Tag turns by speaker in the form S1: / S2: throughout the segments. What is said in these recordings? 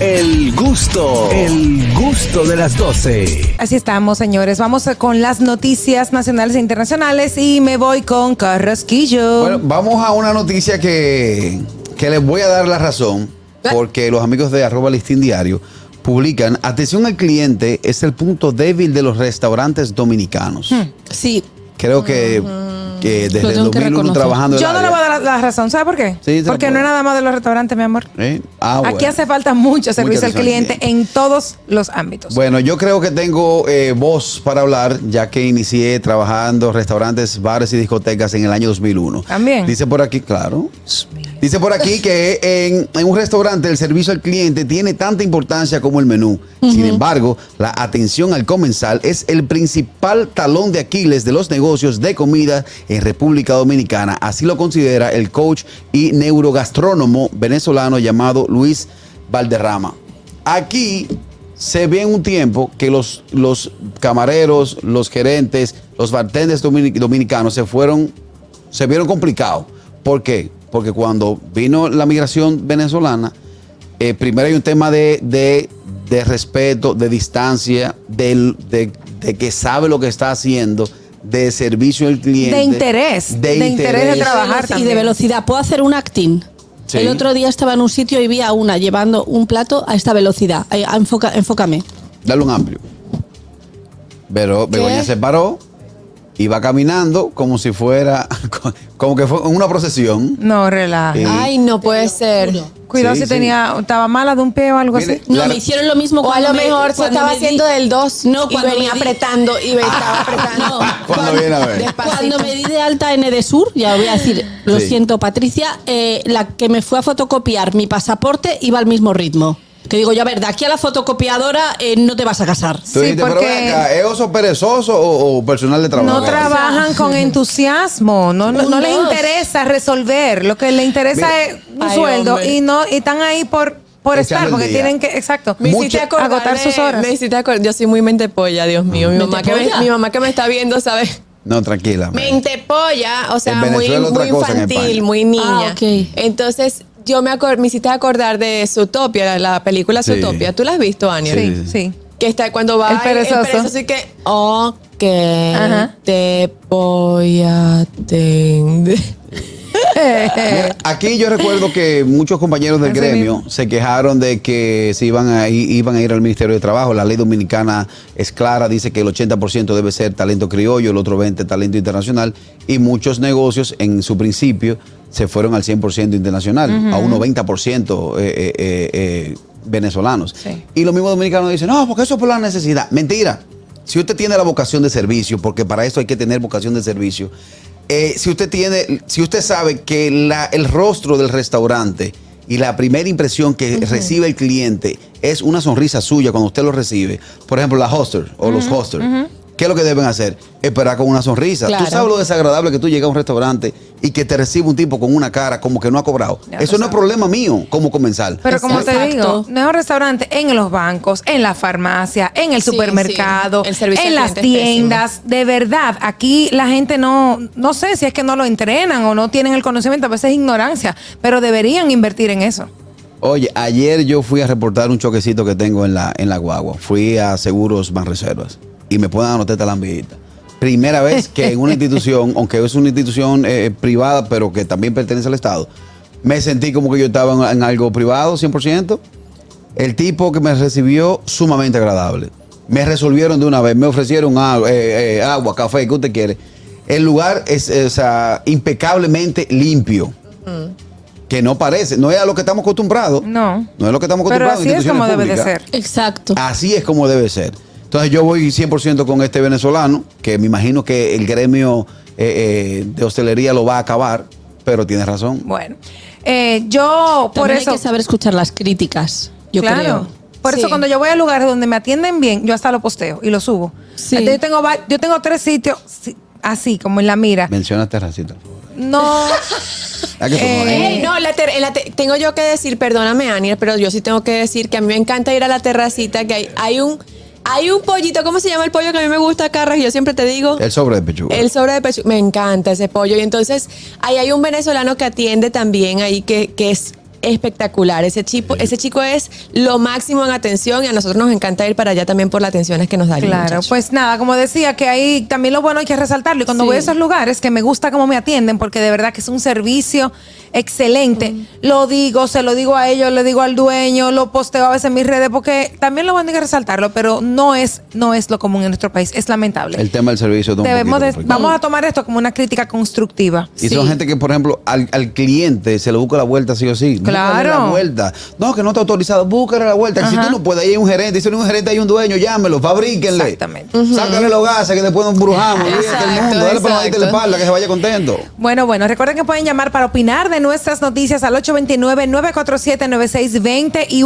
S1: El gusto, el gusto de las 12.
S2: Así estamos, señores. Vamos con las noticias nacionales e internacionales y me voy con Carrasquillo.
S3: Bueno, vamos a una noticia que, que les voy a dar la razón, porque los amigos de arroba listín diario publican, atención al cliente es el punto débil de los restaurantes dominicanos.
S2: Hmm. Mm,
S4: Sí.
S3: Creo que, que
S4: Lo
S3: desde el
S4: tengo que
S3: 2001
S4: reconocer.
S3: trabajando... el
S2: Yo no le
S3: área.
S2: voy a dar la, la razón, ¿sabes por qué?
S3: Sí, se la
S2: Porque
S3: puedo
S2: no es
S3: dar.
S2: nada más de los restaurantes, mi amor.
S3: ¿Eh? Ah,
S2: Aquí
S3: bueno.
S2: hace falta mucho servicio al
S3: atención al
S2: cliente en todos los ámbitos.
S3: Bueno, yo creo que tengo eh, voz para hablar, ya que inicié trabajando restaurantes, bares y discotecas en el año 2001.
S2: También.
S3: Dice por aquí, claro. Dice por aquí que en, en un restaurante el servicio al cliente tiene tanta importancia como el menú. Sin embargo, la atención al comensal es el principal talón de Aquiles de los negocios de comida en República Dominicana. Así lo considera el coach y neurogastrónomo venezolano llamado Luis Valderrama. Aquí se ve en un tiempo que los, los camareros, los gerentes, los bartenders domini- dominicanos se fueron, se vieron complicados. ¿Por qué? Porque cuando vino la migración venezolana, eh, primero hay un tema de, de- de respeto, de distancia, del- de, de que sabe lo que está haciendo, de servicio al cliente.
S2: De interés,
S3: De,
S2: de
S3: interés.
S2: interés de trabajar
S4: y de
S2: también.
S4: velocidad. Puedo hacer un acting.
S3: Sí.
S4: El otro día estaba en un sitio y vi a una llevando un plato a esta velocidad. Ay, a enfoca- enfócame.
S3: Dale un amplio. Pero Begoña se paró y va caminando como si fuera, como que fue una procesión.
S2: No, relaja.
S3: Sí.
S5: Ay, no puede ser.
S2: Cuidado
S3: Sí,
S2: si
S3: sí.
S2: tenía, estaba mala de un pie o algo
S3: Mire,
S2: así.
S4: No,
S3: La-
S4: me hicieron lo mismo
S5: O a
S4: cuando
S5: lo
S4: me-
S5: mejor se
S4: cuando
S5: estaba
S4: me di-
S5: haciendo del 2
S4: No,
S5: y
S4: cuando me
S5: venía
S4: di-
S5: apretando y ve- estaba
S4: No,
S5: apretando.
S3: Cuando viene a ver.
S5: Despacito.
S4: Cuando me di de alta en de Sur, ya voy a decir, lo
S3: Sí.
S4: siento Patricia, eh, la que me fue a fotocopiar mi pasaporte iba al mismo ritmo. Que digo yo, a ver, de aquí a la fotocopiadora eh, no te vas a casar.
S3: Tú
S2: Sí,
S3: dijiste, pero
S2: porque-
S3: ven acá, ¿es oso perezoso o, o personal de trabajo?
S2: No trabajan con entusiasmo, no, no, no les
S4: Dios.
S2: interesa resolver, lo que les interesa
S3: Mira.
S2: es un
S4: Ay,
S2: sueldo
S4: hombre.
S2: y no y están ahí por, por
S3: Echando
S2: estar,
S3: el
S2: porque
S3: día.
S2: tienen que, exacto,
S5: Me hiciste
S3: Mucho-
S5: acordar
S2: agotar
S5: de-
S2: sus horas.
S5: Me hiciste acordar. Yo soy muy mente polla, Dios mío. Mi mamá, que
S4: ¿Mentepolla?
S5: me, mi mamá que me está viendo, sabe
S3: No, tranquila.
S5: Mente polla, o sea,
S3: En
S5: muy,
S3: Venezuela otra
S5: muy
S3: cosa, en España.
S5: infantil, muy niña.
S4: Ah, ok.
S5: Entonces, yo me, acor- me hiciste acordar de Zootopia, la, la película
S3: Sí.
S5: Zootopia. ¿Tú la has visto, Ania?
S2: sí,
S3: Sí, sí.
S2: sí.
S5: Que está cuando va
S2: El perezoso.
S5: así que, ok,
S2: Ajá.
S5: te voy a atender.
S2: Eh.
S3: Mira, Aquí yo recuerdo que muchos compañeros del
S2: Así
S3: gremio se quejaron de que se iban a, i- iban a ir al Ministerio de Trabajo. La ley dominicana es clara, dice que el 80% debe ser talento criollo, el otro 20% talento internacional. Y muchos negocios en su principio se fueron al 100% internacional, a un 90% eh, eh, eh, eh, venezolanos.
S2: Sí.
S3: Y los mismos dominicanos dicen, no, porque eso es por la necesidad. Mentira. Si usted tiene la vocación de servicio, porque para eso hay que tener vocación de servicio, eh, si usted tiene, si usted sabe que la- el rostro del restaurante y la primera impresión que recibe el cliente es una sonrisa suya cuando usted lo recibe, por ejemplo, la hoster o los hosters, ¿qué es lo que deben hacer? Esperar con una sonrisa.
S5: Claro.
S3: Tú sabes lo desagradable que tú llegas a un restaurante y que te recibe un tipo con una cara como que no ha cobrado.
S2: Ya
S3: eso
S2: lo
S3: no
S2: sabes.
S3: es problema mío como comensal.
S2: Pero como te
S4: Exacto.
S2: digo, no es un restaurante en los bancos, en la farmacia, en el
S5: Sí,
S2: supermercado,
S5: sí. El servicio
S2: en
S5: al
S2: las
S5: cliente es
S2: tiendas. De verdad, aquí la gente no, no sé si es que no lo entrenan o no tienen el conocimiento, a veces es ignorancia, pero deberían invertir en eso.
S3: Oye, ayer yo fui a reportar un choquecito que tengo en la, en la guagua. Fui a Seguros Banreservas y me pueden anotar esta lambillita. Primera vez que en una institución, aunque es una institución eh, privada, pero que también pertenece al Estado, me sentí como que yo estaba en, en algo privado, 100%. El tipo que me recibió, sumamente agradable. Me resolvieron de una vez, me ofrecieron agua, eh, eh, agua, café, ¿qué usted quiere? El lugar es, eh, o sea, impecablemente limpio. Que no parece, no es a lo que estamos acostumbrados.
S2: Mm. No.
S3: No es lo que estamos
S2: Pero
S3: acostumbrados.
S2: así
S3: en
S2: es como debe
S3: instituciones
S2: de
S3: públicas.
S2: ser.
S4: Exacto.
S3: Así es como debe ser. Entonces yo voy 100% con este venezolano, que me imagino que el gremio eh, eh, de hostelería lo va a acabar, pero tienes razón.
S2: Bueno, eh, yo por
S4: También
S2: eso...
S4: hay que saber escuchar las críticas, yo creo.
S2: Por eso
S5: Sí.
S2: cuando yo voy a lugares donde me atienden bien, yo hasta lo posteo y lo subo.
S4: Sí.
S2: Entonces, yo tengo va- yo tengo tres sitios sí, así como en la mira.
S3: Menciona terracita. por favor.
S2: No.
S3: Ah, que tú no
S2: Eh,
S3: eres.
S5: Ey, no, la ter- en la te- tengo yo que decir, perdóname, Ania, pero yo sí tengo que decir que a mí me encanta ir a la terracita, que hay, hay un hay un pollito, ¿cómo se llama el pollo que a mí me gusta, Carras? Yo siempre te digo.
S3: El sobre de pechuga.
S5: El sobre de pechuga. Me encanta ese pollo. Y entonces, ahí hay un venezolano que atiende también ahí, que, que es espectacular. Ese chico, ese chico es lo máximo en atención y a nosotros nos encanta ir para allá también por las atenciones que nos da. allí,
S2: Claro,
S5: muchacho.
S2: pues nada, como decía, que ahí también lo bueno hay que resaltarlo. Y cuando
S5: Sí.
S2: voy a esos lugares, que me gusta cómo me atienden, porque de verdad que es un servicio excelente.
S3: Mm.
S2: Lo digo, se lo digo a ellos, le digo al dueño, lo posteo a veces en mis redes, porque también lo bueno hay que resaltarlo, pero no es, no es lo común en nuestro país, es lamentable.
S3: El tema del servicio está un
S2: Debemos
S3: poquito
S2: de-
S3: complicado.
S2: vamos a tomar esto como una crítica constructiva.
S3: Y son
S5: Sí.
S3: gente que, por ejemplo, al, al cliente se le busca la vuelta sí o sí. Búscale
S2: Claro.
S3: la vuelta. No, que no está autorizado. Búscale la vuelta. Que Si
S2: Ajá.
S3: tú no puedes, ahí hay un gerente. Si no hay un gerente, hay un dueño. Llámelo, fabríquenle.
S2: Exactamente.
S3: Sácale los gases que después nos brujamos. olvídate del
S5: Exacto,
S3: mundo. Dale para la
S5: exacto.
S3: la espalda que se vaya contento.
S2: Bueno, bueno, recuerden que pueden llamar para opinar de nuestras noticias al 829-947-9620 y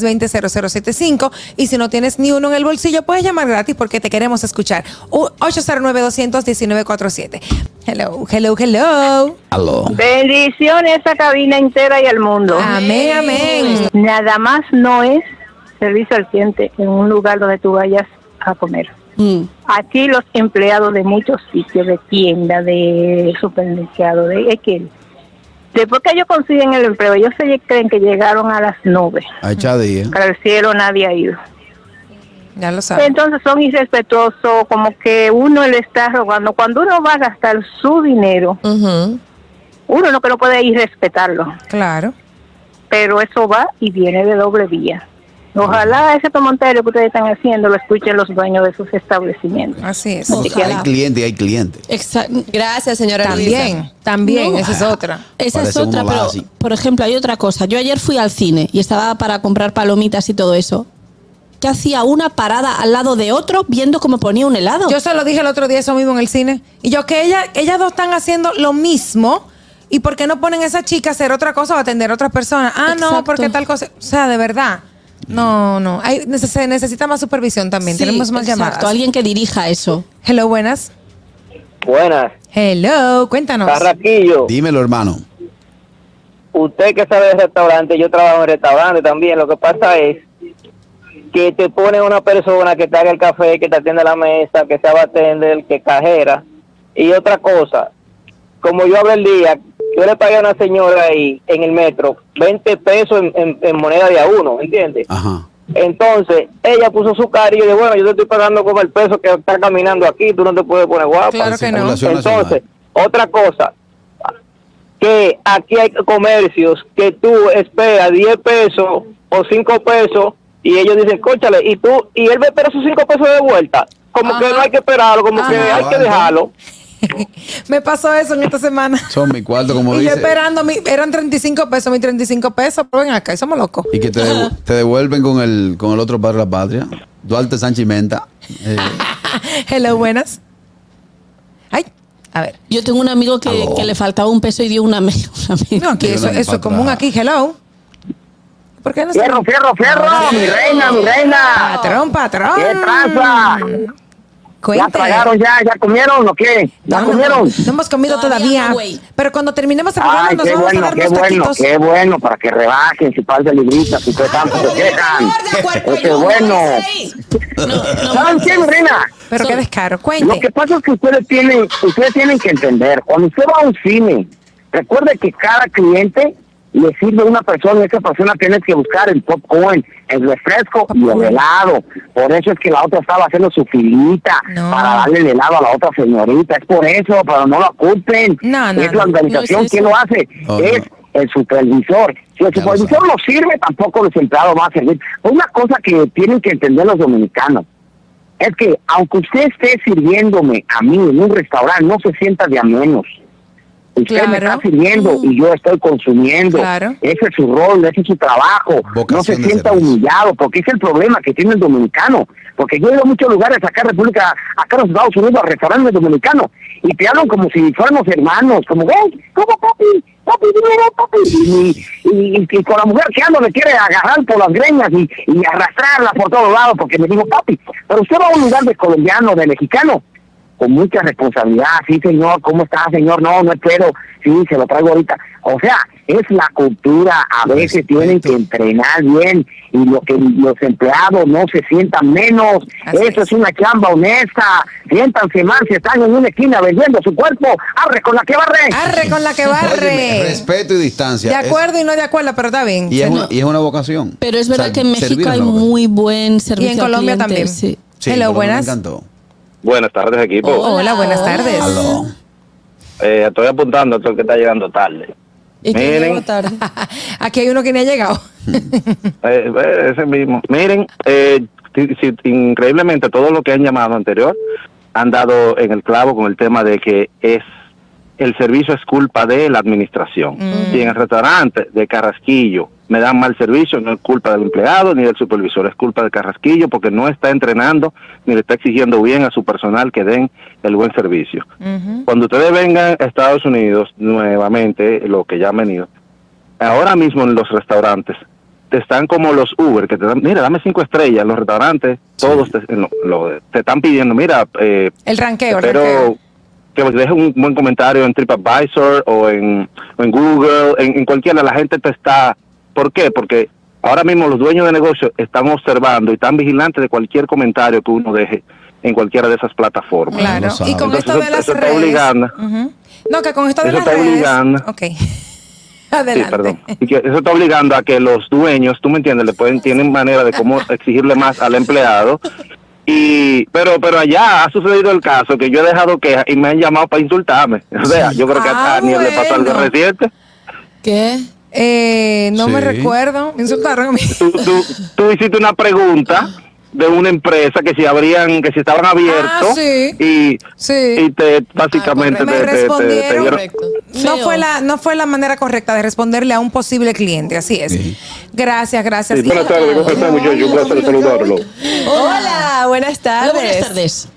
S2: 1-862-320-0075. Y si no tienes ni uno en el bolsillo, puedes llamar gratis porque te queremos escuchar. U- 809-219-47. Hello, hello, hello.
S3: Aló.
S6: Bendiciones a esa cabina entera y al mundo.
S2: Amén, amén.
S6: Nada más no es servicio al cliente en un lugar donde tú vayas a comer.
S4: Mm.
S6: Aquí los empleados de muchos sitios, de tienda, de supermercado, de es que después que ellos consiguen el empleo, ellos se creen que llegaron a las nubes.
S3: A echar día.
S6: Para el cielo nadie ha ido.
S2: Ya lo saben.
S6: Entonces son irrespetuosos, como que uno le está rogando. Cuando uno va a gastar su dinero,
S5: Ujú.
S6: uno no que no puede ir respetarlo.
S2: Claro.
S6: pero eso va y viene de doble vía. Ojalá ese tomontario que ustedes están haciendo lo escuchen los dueños de sus establecimientos.
S2: Así es.
S4: Ojalá.
S3: Hay cliente y hay cliente.
S4: Exa-
S5: Gracias, señora Luisa.
S2: También, también,
S4: No.
S2: esa es otra.
S4: Esa
S3: Parece
S4: es
S3: un
S4: otra, pero
S3: malazo.
S4: por ejemplo, hay otra cosa. Yo ayer fui al cine y estaba para comprar palomitas y todo eso. Que hacía una parada al lado de otro viendo cómo ponía un helado.
S2: Yo se lo dije el otro día eso mismo en el cine. Y yo que ella, ellas dos están haciendo lo mismo. ¿Y por qué no ponen a esa chica a hacer otra cosa o atender a otras personas? Ah, no,
S4: Exacto.
S2: porque tal cosa. O sea, de verdad. No, no. Hay, nece- se necesita más supervisión también.
S4: Sí,
S2: Tenemos más
S4: exacto,
S2: llamadas.
S4: alguien que dirija eso.
S2: Hello, buenas.
S7: Buenas,
S2: Hello, cuéntanos.
S7: Carraquillo.
S3: Dímelo, hermano.
S7: Usted que sabe de restaurante, yo trabajo en restaurante también. Lo que pasa es que te pone una persona que te haga el café, que te atienda la mesa, que sea bartender, que cajera. Y otra cosa, como yo hablé el día, yo le pagué a una señora ahí en el metro 20 pesos en, en- en moneda de a uno, ¿entiendes?
S3: Ajá.
S7: Entonces, ella puso su cara y yo dije, bueno, yo te estoy pagando como el peso que está caminando aquí, tú no te puedes poner guapa.
S2: Claro que no.
S3: Circulación nacional.
S7: Entonces, otra cosa, que aquí hay comercios que tú esperas 10 pesos o 5 pesos y ellos dicen, cóchale, y tú, y él va a esperar sus 5 pesos de vuelta. Como
S2: Ajá.
S7: que no hay que esperarlo, como que
S2: Ajá.
S7: hay que dejarlo.
S2: Me pasó eso en esta semana.
S3: Son mi cuarto, como
S2: y yo
S3: dice.
S2: esperando, mi, eran 35 pesos, mis 35 pesos. Pero ven acá, somos locos.
S3: Y que te, devu- te devuelven con el, con el otro padre de la patria. Duarte Sánchez Menta. Eh,
S2: Hello, buenas. Ay, a ver.
S4: Yo tengo un amigo que,
S3: Aló.
S4: que le faltaba un peso y dio una, me- una me-
S2: No, aquí
S3: Pero
S2: eso,
S3: dale
S2: eso
S3: pa'
S2: es común
S3: atrás.
S2: aquí, hello. ¿Por qué no se-
S6: Fierro, fierro, fierro, mi reina, mi reina.
S2: Patrón, patrón.
S6: ¿Qué pasa? ¿Ya
S2: Cuente.
S6: tragaron ya? ¿Ya comieron o qué?
S2: No,
S6: ¿Ya
S2: no,
S6: comieron?
S2: No, hemos comido
S4: Todavía
S2: todavía.
S4: no, güey.
S2: pero cuando terminemos el programa
S6: Ay,
S2: nos
S6: qué
S2: vamos a
S6: bueno,
S2: dar
S6: qué
S2: unos
S6: bueno,
S2: taquitos.
S6: qué bueno, para que rebajen su par de libritas y todo tanto se quejan. Pues qué bueno. ¿Saben qué, mi reina?
S2: Pero qué descaro.
S6: Lo
S2: Cuente.
S6: que pasa es que ustedes tienen, ustedes tienen que entender, cuando usted va a un cine, recuerde que cada cliente le sirve a una persona y esa persona tiene que buscar el popcorn, el refresco y el helado. Por eso es que la otra estaba haciendo su filita
S2: No.
S6: para darle el helado a la otra señorita. Es por eso, pero no lo culpen.
S2: No, no,
S6: es la
S2: no, no
S6: organización
S4: es
S6: quien
S4: eso.
S6: lo hace.
S3: Oh,
S6: es
S3: no.
S6: el supervisor. Si el
S3: Ya lo
S6: supervisor no sirve, tampoco los empleados van a servir. Una cosa que tienen que entender los dominicanos es que aunque usted esté sirviéndome a mí en un restaurante, no se sienta de a menos. Usted me
S2: Claro.
S6: está sirviendo y yo estoy consumiendo.
S2: Claro.
S6: Ese es su rol, ese es su trabajo. no se
S3: Vocación de
S6: sienta
S3: servicio.
S6: humillado, porque es el problema que tiene el dominicano. Porque yo he ido a muchos lugares acá en República, acá en los Estados Unidos, a restaurantes dominicanos, y te hablan como si fuéramos hermanos, como, hey, ¿cómo papi? Papi, dinero, papi. Y, y- y- y con la mujer que ando me quiere agarrar por las greñas y, y arrastrarla por todos lados porque me digo papi. Pero usted va a un lugar de colombiano, de mexicano, con mucha responsabilidad. Sí, señor, ¿cómo está, señor? No, no espero. Sí, se lo traigo ahorita. O sea, es la cultura. A veces tienen que entrenar bien y lo que los empleados no se sientan menos.
S2: Así
S6: Eso
S2: es.
S6: es una chamba honesta. Siéntanse mal si están en una esquina vendiendo su cuerpo. Arre con la que barre.
S2: Arre con la que
S4: Ah,
S3: Óyeme,
S2: barre.
S3: respeto y distancia.
S2: De
S3: Es-
S2: acuerdo y no de acuerdo, pero está bien.
S3: y, es
S4: Bueno.
S3: una, y es una vocación.
S4: Pero es verdad
S3: O sea,
S4: que en
S3: servir
S4: México
S3: es
S4: hay
S3: una vocación.
S4: muy buen servicio.
S2: Y en
S4: al
S2: Colombia
S4: cliente,
S2: también.
S4: sí.
S3: Sí,
S2: Hello,
S3: por lo que
S2: buenas.
S3: Me encantó.
S7: Buenas tardes,
S6: Oh.
S7: equipo.
S2: Hola, buenas tardes.
S3: Aló.
S7: Eh, estoy apuntando a otro que está llegando tarde.
S5: Y que
S7: Miren.
S5: llegó tarde.
S2: Aquí hay uno que ni ha llegado.
S7: Eh, eh, ese mismo. Miren, eh, ti- si- increíblemente todo lo que han llamado anterior han dado en el clavo con el tema de que es el servicio es culpa de la administración.
S4: Mm,
S7: Si en el restaurante de Carrasquillo me dan mal servicio, no es culpa del empleado ni del supervisor, es culpa de Carrasquillo porque no está entrenando ni le está exigiendo bien a su personal que den el buen servicio. Cuando ustedes vengan a Estados Unidos nuevamente, lo que ya han venido, ahora mismo en los restaurantes te están como los Uber que te dan, mira, dame cinco estrellas, los restaurantes, todos te, no, lo- te están pidiendo, mira, eh,
S2: El ranqueo, el
S7: pero
S2: ranqueo.
S7: que me dejes un buen comentario en TripAdvisor o en, o en Google, en, en cualquiera, la gente te está... ¿Por qué? Porque ahora mismo los dueños de negocios están observando y están vigilantes de cualquier comentario que uno deje en cualquiera de esas plataformas.
S2: Claro.
S3: No lo
S2: Y con
S7: sabe.
S2: esto de
S7: Entonces,
S2: las
S7: eso está
S2: redes.
S7: obligando.
S2: Ujú. No, que con esto de
S7: Eso
S2: las
S7: está
S2: redes.
S7: obligando.
S2: Ok.
S7: Sí,
S2: Adelante.
S7: perdón. Y que eso está obligando a que los dueños, tú me entiendes, le pueden tienen manera de cómo exigirle más al empleado. Y pero pero allá ha sucedido el caso que yo he dejado quejas y me han llamado para insultarme. O sea, yo creo que
S2: Ah,
S7: a Daniel le pasó algo
S2: bueno.
S7: reciente.
S5: ¿Qué?
S2: Eh, no me
S3: Sí.
S2: recuerdo. Me insultaron a mí.
S7: Tú, tú, tú hiciste una pregunta de una empresa que si abrían, que si estaban abiertos
S2: Ah, sí.
S7: y,
S2: Sí. pues
S7: y te básicamente te,
S5: Ah,
S2: me
S7: te- te- te
S2: respondieron.
S7: dieron-
S5: Correcto.
S2: No
S4: Feo.
S2: fue, la, no fue la manera correcta de responderle a un posible cliente, así es.
S3: Sí.
S2: Gracias, gracias.
S8: Sí, buenas tardes, ¿cómo están muchachos? Un placer saludarlo.
S5: Hola, buenas
S4: Hola,
S5: tardes.
S4: buenas tardes.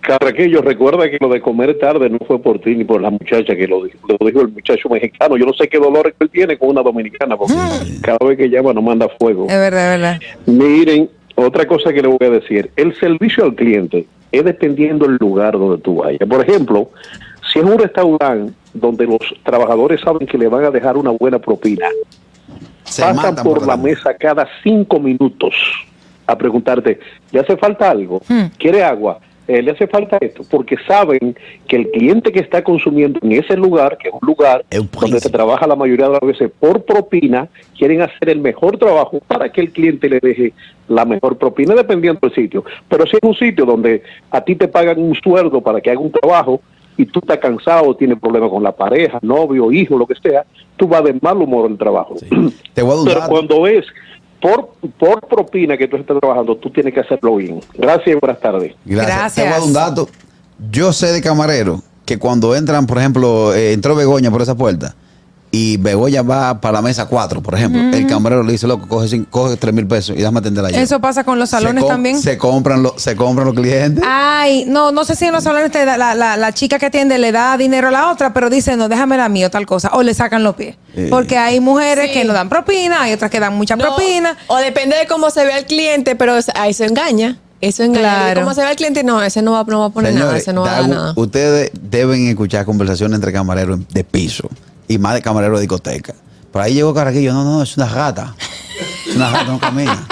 S8: Carraquillo, recuerda que lo de comer tarde no fue por ti ni por la muchacha que lo, dijo- lo dijo el muchacho mexicano. Yo no sé qué dolor él tiene con una dominicana, porque
S2: Mm.
S8: cada vez que llama no manda fuego.
S2: Es verdad, es verdad.
S8: Miren, otra cosa que le voy a decir, el servicio al cliente es dependiendo del lugar donde tú vayas. Por ejemplo, si es un restaurante donde los trabajadores saben que le van a dejar una buena propina,
S3: Se
S8: pasan
S3: matan
S8: por la mesa cada cinco minutos a preguntarte, ¿le hace falta algo? ¿Quiere agua? Eh, ¿Le hace falta esto? Porque saben que el cliente que está consumiendo en ese lugar, que es un lugar
S3: Es un
S8: donde se
S3: príncipe.
S8: trabaja la mayoría de las veces por propina, quieren hacer el mejor trabajo para que el cliente le deje la mejor propina, dependiendo del sitio. Pero si es un sitio donde a ti te pagan un sueldo para que haga un trabajo y tú estás cansado, tienes problemas con la pareja, novio, hijo, lo que sea, tú vas de mal humor al trabajo.
S3: Te voy
S8: Pero
S3: a dudar.
S8: cuando es por, por propina que tú estás trabajando, tú tienes que hacerlo bien. Gracias y buenas tardes.
S3: Gracias.
S2: Gracias.
S3: Te voy a dar un dato. Yo sé de camarero que cuando entran, por ejemplo, eh, entró Begoña por esa puerta y Begoña va para la mesa 4, por ejemplo. El camarero le dice, loco, coge, cinco- coge 3 mil pesos y déjame atender allá.
S2: Eso pasa con los
S3: Se
S2: salones
S3: com-
S2: también. Ah,
S3: Se compran, los se compran los clientes.
S2: Ay, no, no sé si en los salones te da- la, la- la chica que atiende le da dinero a la otra, pero dice, no, déjame la mía o tal cosa. O le sacan los pies.
S3: Eh.
S2: Porque hay mujeres
S5: Sí.
S2: que no dan propina, hay otras que dan mucha
S5: No,
S2: propina.
S5: O depende de cómo se ve el cliente, pero es- a eso engaña. Eso engaña.
S2: Claro.
S5: De cómo se ve el cliente, no, ese no va, no va a poner nada,
S3: Señores,
S5: ese no va a
S3: da-
S5: dar nada.
S3: ustedes deben escuchar conversaciones entre camareros de piso y más de camareros de discoteca. Por ahí llegó Carraquillo, no, no, es una rata. Es una rata, no camina.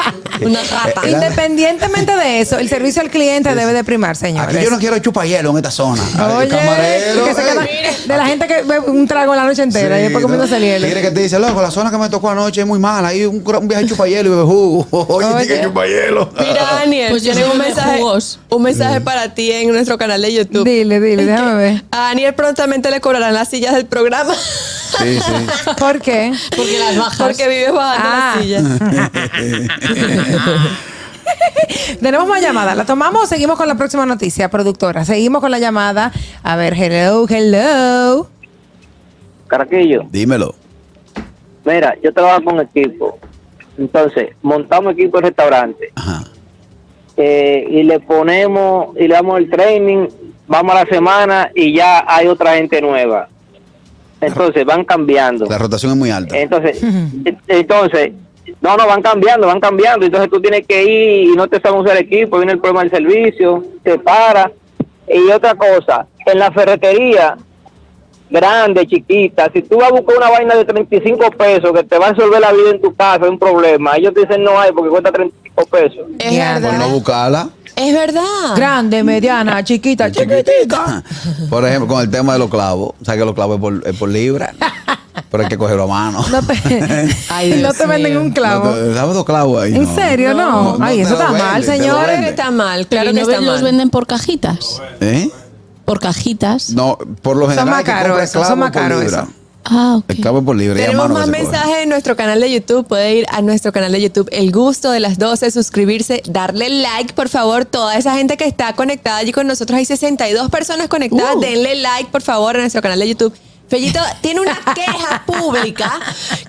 S4: Una rata.
S3: Eh, era-
S2: Independientemente de eso, el servicio al cliente debe de primar, señores.
S3: Aquí yo no quiero chupayelo en esta zona. Ay,
S2: Oye,
S3: camarero.
S2: que se
S3: eh.
S2: queda- de la gente que bebe un trago la noche entera y después
S3: Sí,
S2: comiéndose el hielo.
S3: Tigre que te dice, loco, la zona que me tocó anoche es muy mala. Ahí un, cro- un viaje chupayelo y bebe jugo. Oye,
S2: Oye.
S3: tigre chupayelo.
S5: Mira, Daniel,
S4: Pues yo
S5: tengo un
S4: soy de
S5: mensaje,
S4: jugos.
S5: un mensaje
S3: Mm.
S5: para ti en nuestro canal de YouTube.
S2: Dile, dile, déjame ver.
S5: A Daniel prontamente le cobrarán las sillas del programa
S3: Sí, sí.
S2: ¿Por qué?
S4: Porque las bajas.
S5: porque vives bajando
S2: Ah.
S5: las sillas.
S2: Tenemos más llamada. ¿La tomamos o seguimos con la próxima noticia, productora? Seguimos con la llamada. A ver, hello, hello.
S7: Carraquillo,
S3: Dímelo.
S7: mira, yo trabajo con equipo. Entonces, montamos equipo en restaurante.
S3: Ajá.
S7: eh, y le ponemos y le damos el training, vamos a la semana y ya hay otra gente nueva. Entonces van cambiando.
S3: La rotación es muy alta.
S7: Entonces, entonces, no, no, van cambiando, van cambiando. Entonces tú tienes que ir y no te saben usar el equipo, viene el problema del servicio, te para. Y otra cosa, en la ferretería grande, chiquita. Si tú vas a buscar una vaina de 35 pesos que te va a resolver la vida en tu casa, es un problema. Ellos te dicen no hay porque cuesta 35 pesos.
S5: Es
S2: Ya.
S5: verdad.
S3: Por no buscarla.
S5: Es verdad.
S2: Grande, mediana, chiquita, chiquitita.
S3: Por ejemplo, con el tema de los clavos. O sea, que los clavos es por, es por libra. Pero hay que cogerlo a mano.
S2: No te,
S5: Ay, Dios
S2: no te venden
S5: mío.
S2: un clavo.
S3: No te- dame dos clavos ahí.
S2: ¿En
S3: no.
S2: serio? No. Ay,
S3: te
S2: eso
S3: lo
S2: está mal,
S3: venden, te lo
S2: señores.
S5: Claro que
S3: venden.
S5: está mal,
S4: Pero
S5: claro
S4: ¿y
S5: que
S4: no
S5: está
S4: ven- los
S5: mal.
S4: venden por cajitas.
S3: ¿Eh?
S4: Por cajitas.
S3: No, por lo general.
S2: más
S3: hay que
S2: caros
S3: comprar
S2: eso, son
S3: clavo
S2: más
S3: por
S2: caros
S3: libra.
S2: eso.
S4: Ah, ok.
S3: El clavo es por libra. y a
S5: Tenemos
S3: mano que
S5: más
S3: se coge.
S5: mensajes en nuestro canal de YouTube. Puede ir a nuestro canal de YouTube, El Gusto de las 12, suscribirse, darle like, por favor. Toda esa gente que está conectada allí con nosotros, hay 62 personas conectadas.
S4: Uh.
S5: Denle like, por favor, a nuestro canal de YouTube. Fellito tiene una queja pública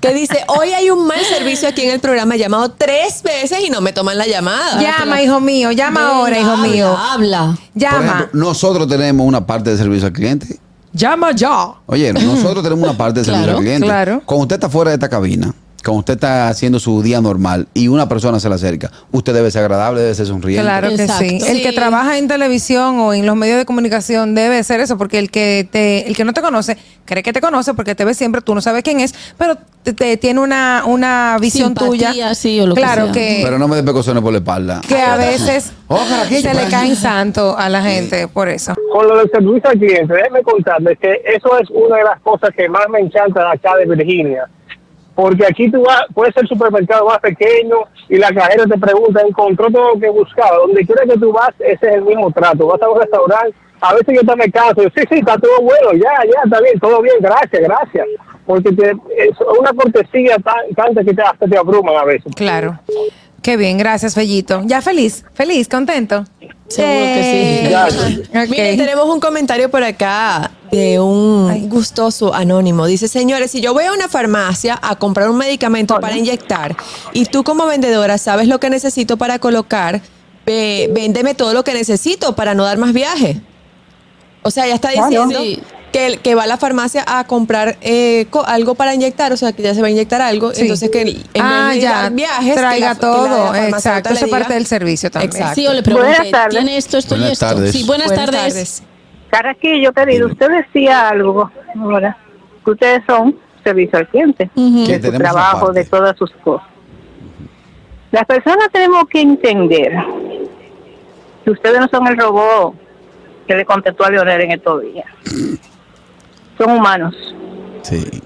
S5: que dice: Hoy hay un mal servicio aquí en el programa. He llamado tres veces y no me toman la llamada.
S2: Llama, hijo mío, llama
S4: Venga,
S2: ahora, hijo
S4: habla,
S2: mío.
S4: Habla.
S3: Por
S2: Llama.
S3: ejemplo, nosotros tenemos una parte de servicio al cliente.
S2: Llama ya.
S3: Oye, nosotros tenemos una parte de servicio
S4: Claro,
S3: al cliente.
S2: claro.
S3: Cuando usted está fuera de esta cabina, cuando usted está haciendo su día normal y una persona se le acerca, usted debe ser agradable, debe ser sonriente.
S2: Claro que
S4: Exacto.
S2: sí. El que
S5: Sí.
S2: trabaja en televisión o en los medios de comunicación debe ser eso, porque el que te, el que no te conoce cree que te conoce porque te ve siempre, tú no sabes quién es, pero te, te tiene una, una visión
S4: Simpatía,
S2: tuya.
S4: sí, o lo que
S2: claro
S4: sea.
S2: que,
S3: Pero no me dé pecosones por la espalda.
S2: Eh, que a veces
S3: Ojalá que
S2: se
S3: yo-
S2: le caen santo a la gente por eso.
S9: Con lo del servicio al cliente, déjenme contarles que eso es una de las cosas que más me encanta de acá de Virginia. Porque aquí tú vas, puedes ser el supermercado más pequeño y la cajera te pregunta, ¿encontró todo lo que buscaba? Donde quiera que tú vas, ese es el mismo trato. Vas a un restaurante, a veces yo también me canso, yo, sí, sí, está todo bueno, ya, ya, está bien, todo bien, gracias, gracias. Porque te- es una cortesía tan, tanta que te, hasta te abruman a veces.
S2: Claro. Qué bien, gracias, Fellito. Ya feliz, feliz, contento. Eh,
S4: Seguro que sí.
S9: Ya,
S2: Ok.
S5: Miren, tenemos un comentario por acá de un gustoso anónimo. Dice, señores, si yo voy a una farmacia a comprar un medicamento para inyectar y tú como vendedora sabes lo que necesito para colocar, eh, véndeme todo lo que necesito para no dar más viaje. O sea, ya está diciendo
S4: Sí.
S5: que, el- que va a la farmacia a comprar eh, co- algo para inyectar, o sea, que ya se va a inyectar algo,
S2: Sí.
S5: entonces que el- en
S2: Ah,
S5: vez de
S2: ya,
S5: dar viajes, que
S2: traiga
S5: que
S2: todo,
S5: farmacéutica
S2: exacto,
S5: le
S2: eso es
S5: diga-
S2: parte del servicio también.
S5: Exacto.
S4: Sí, o le pregunté,
S10: Buenas tardes.
S4: ¿tiene esto, esto
S3: Buenas
S4: y esto?
S3: tardes.
S4: Sí, buenas, tardes.
S10: Carraquillo, querido, usted decía algo ahora, que ustedes son servicio al cliente,
S4: Ujú.
S3: Que
S10: de su
S3: tenemos
S10: trabajo,
S3: aparte.
S10: de todas sus cosas. Las personas tenemos que entender que ustedes no son el robot que le contestó a Leonel en estos días. Son humanos.
S3: Sí.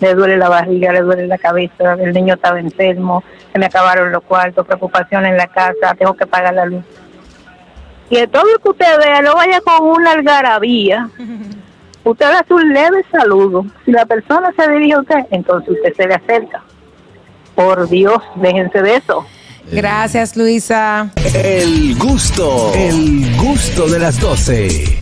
S10: Le duele la barriga, le duele la cabeza, el niño estaba enfermo, se me acabaron los cuartos, preocupación en la casa, tengo que pagar la luz. Y de todo lo que usted vea, no vaya con una algarabía. Usted hace un leve saludo. Si la persona se dirige a usted, entonces usted se le acerca. Por Dios, déjense de eso.
S2: Gracias, Luisa.
S1: El gusto, el gusto de las 12.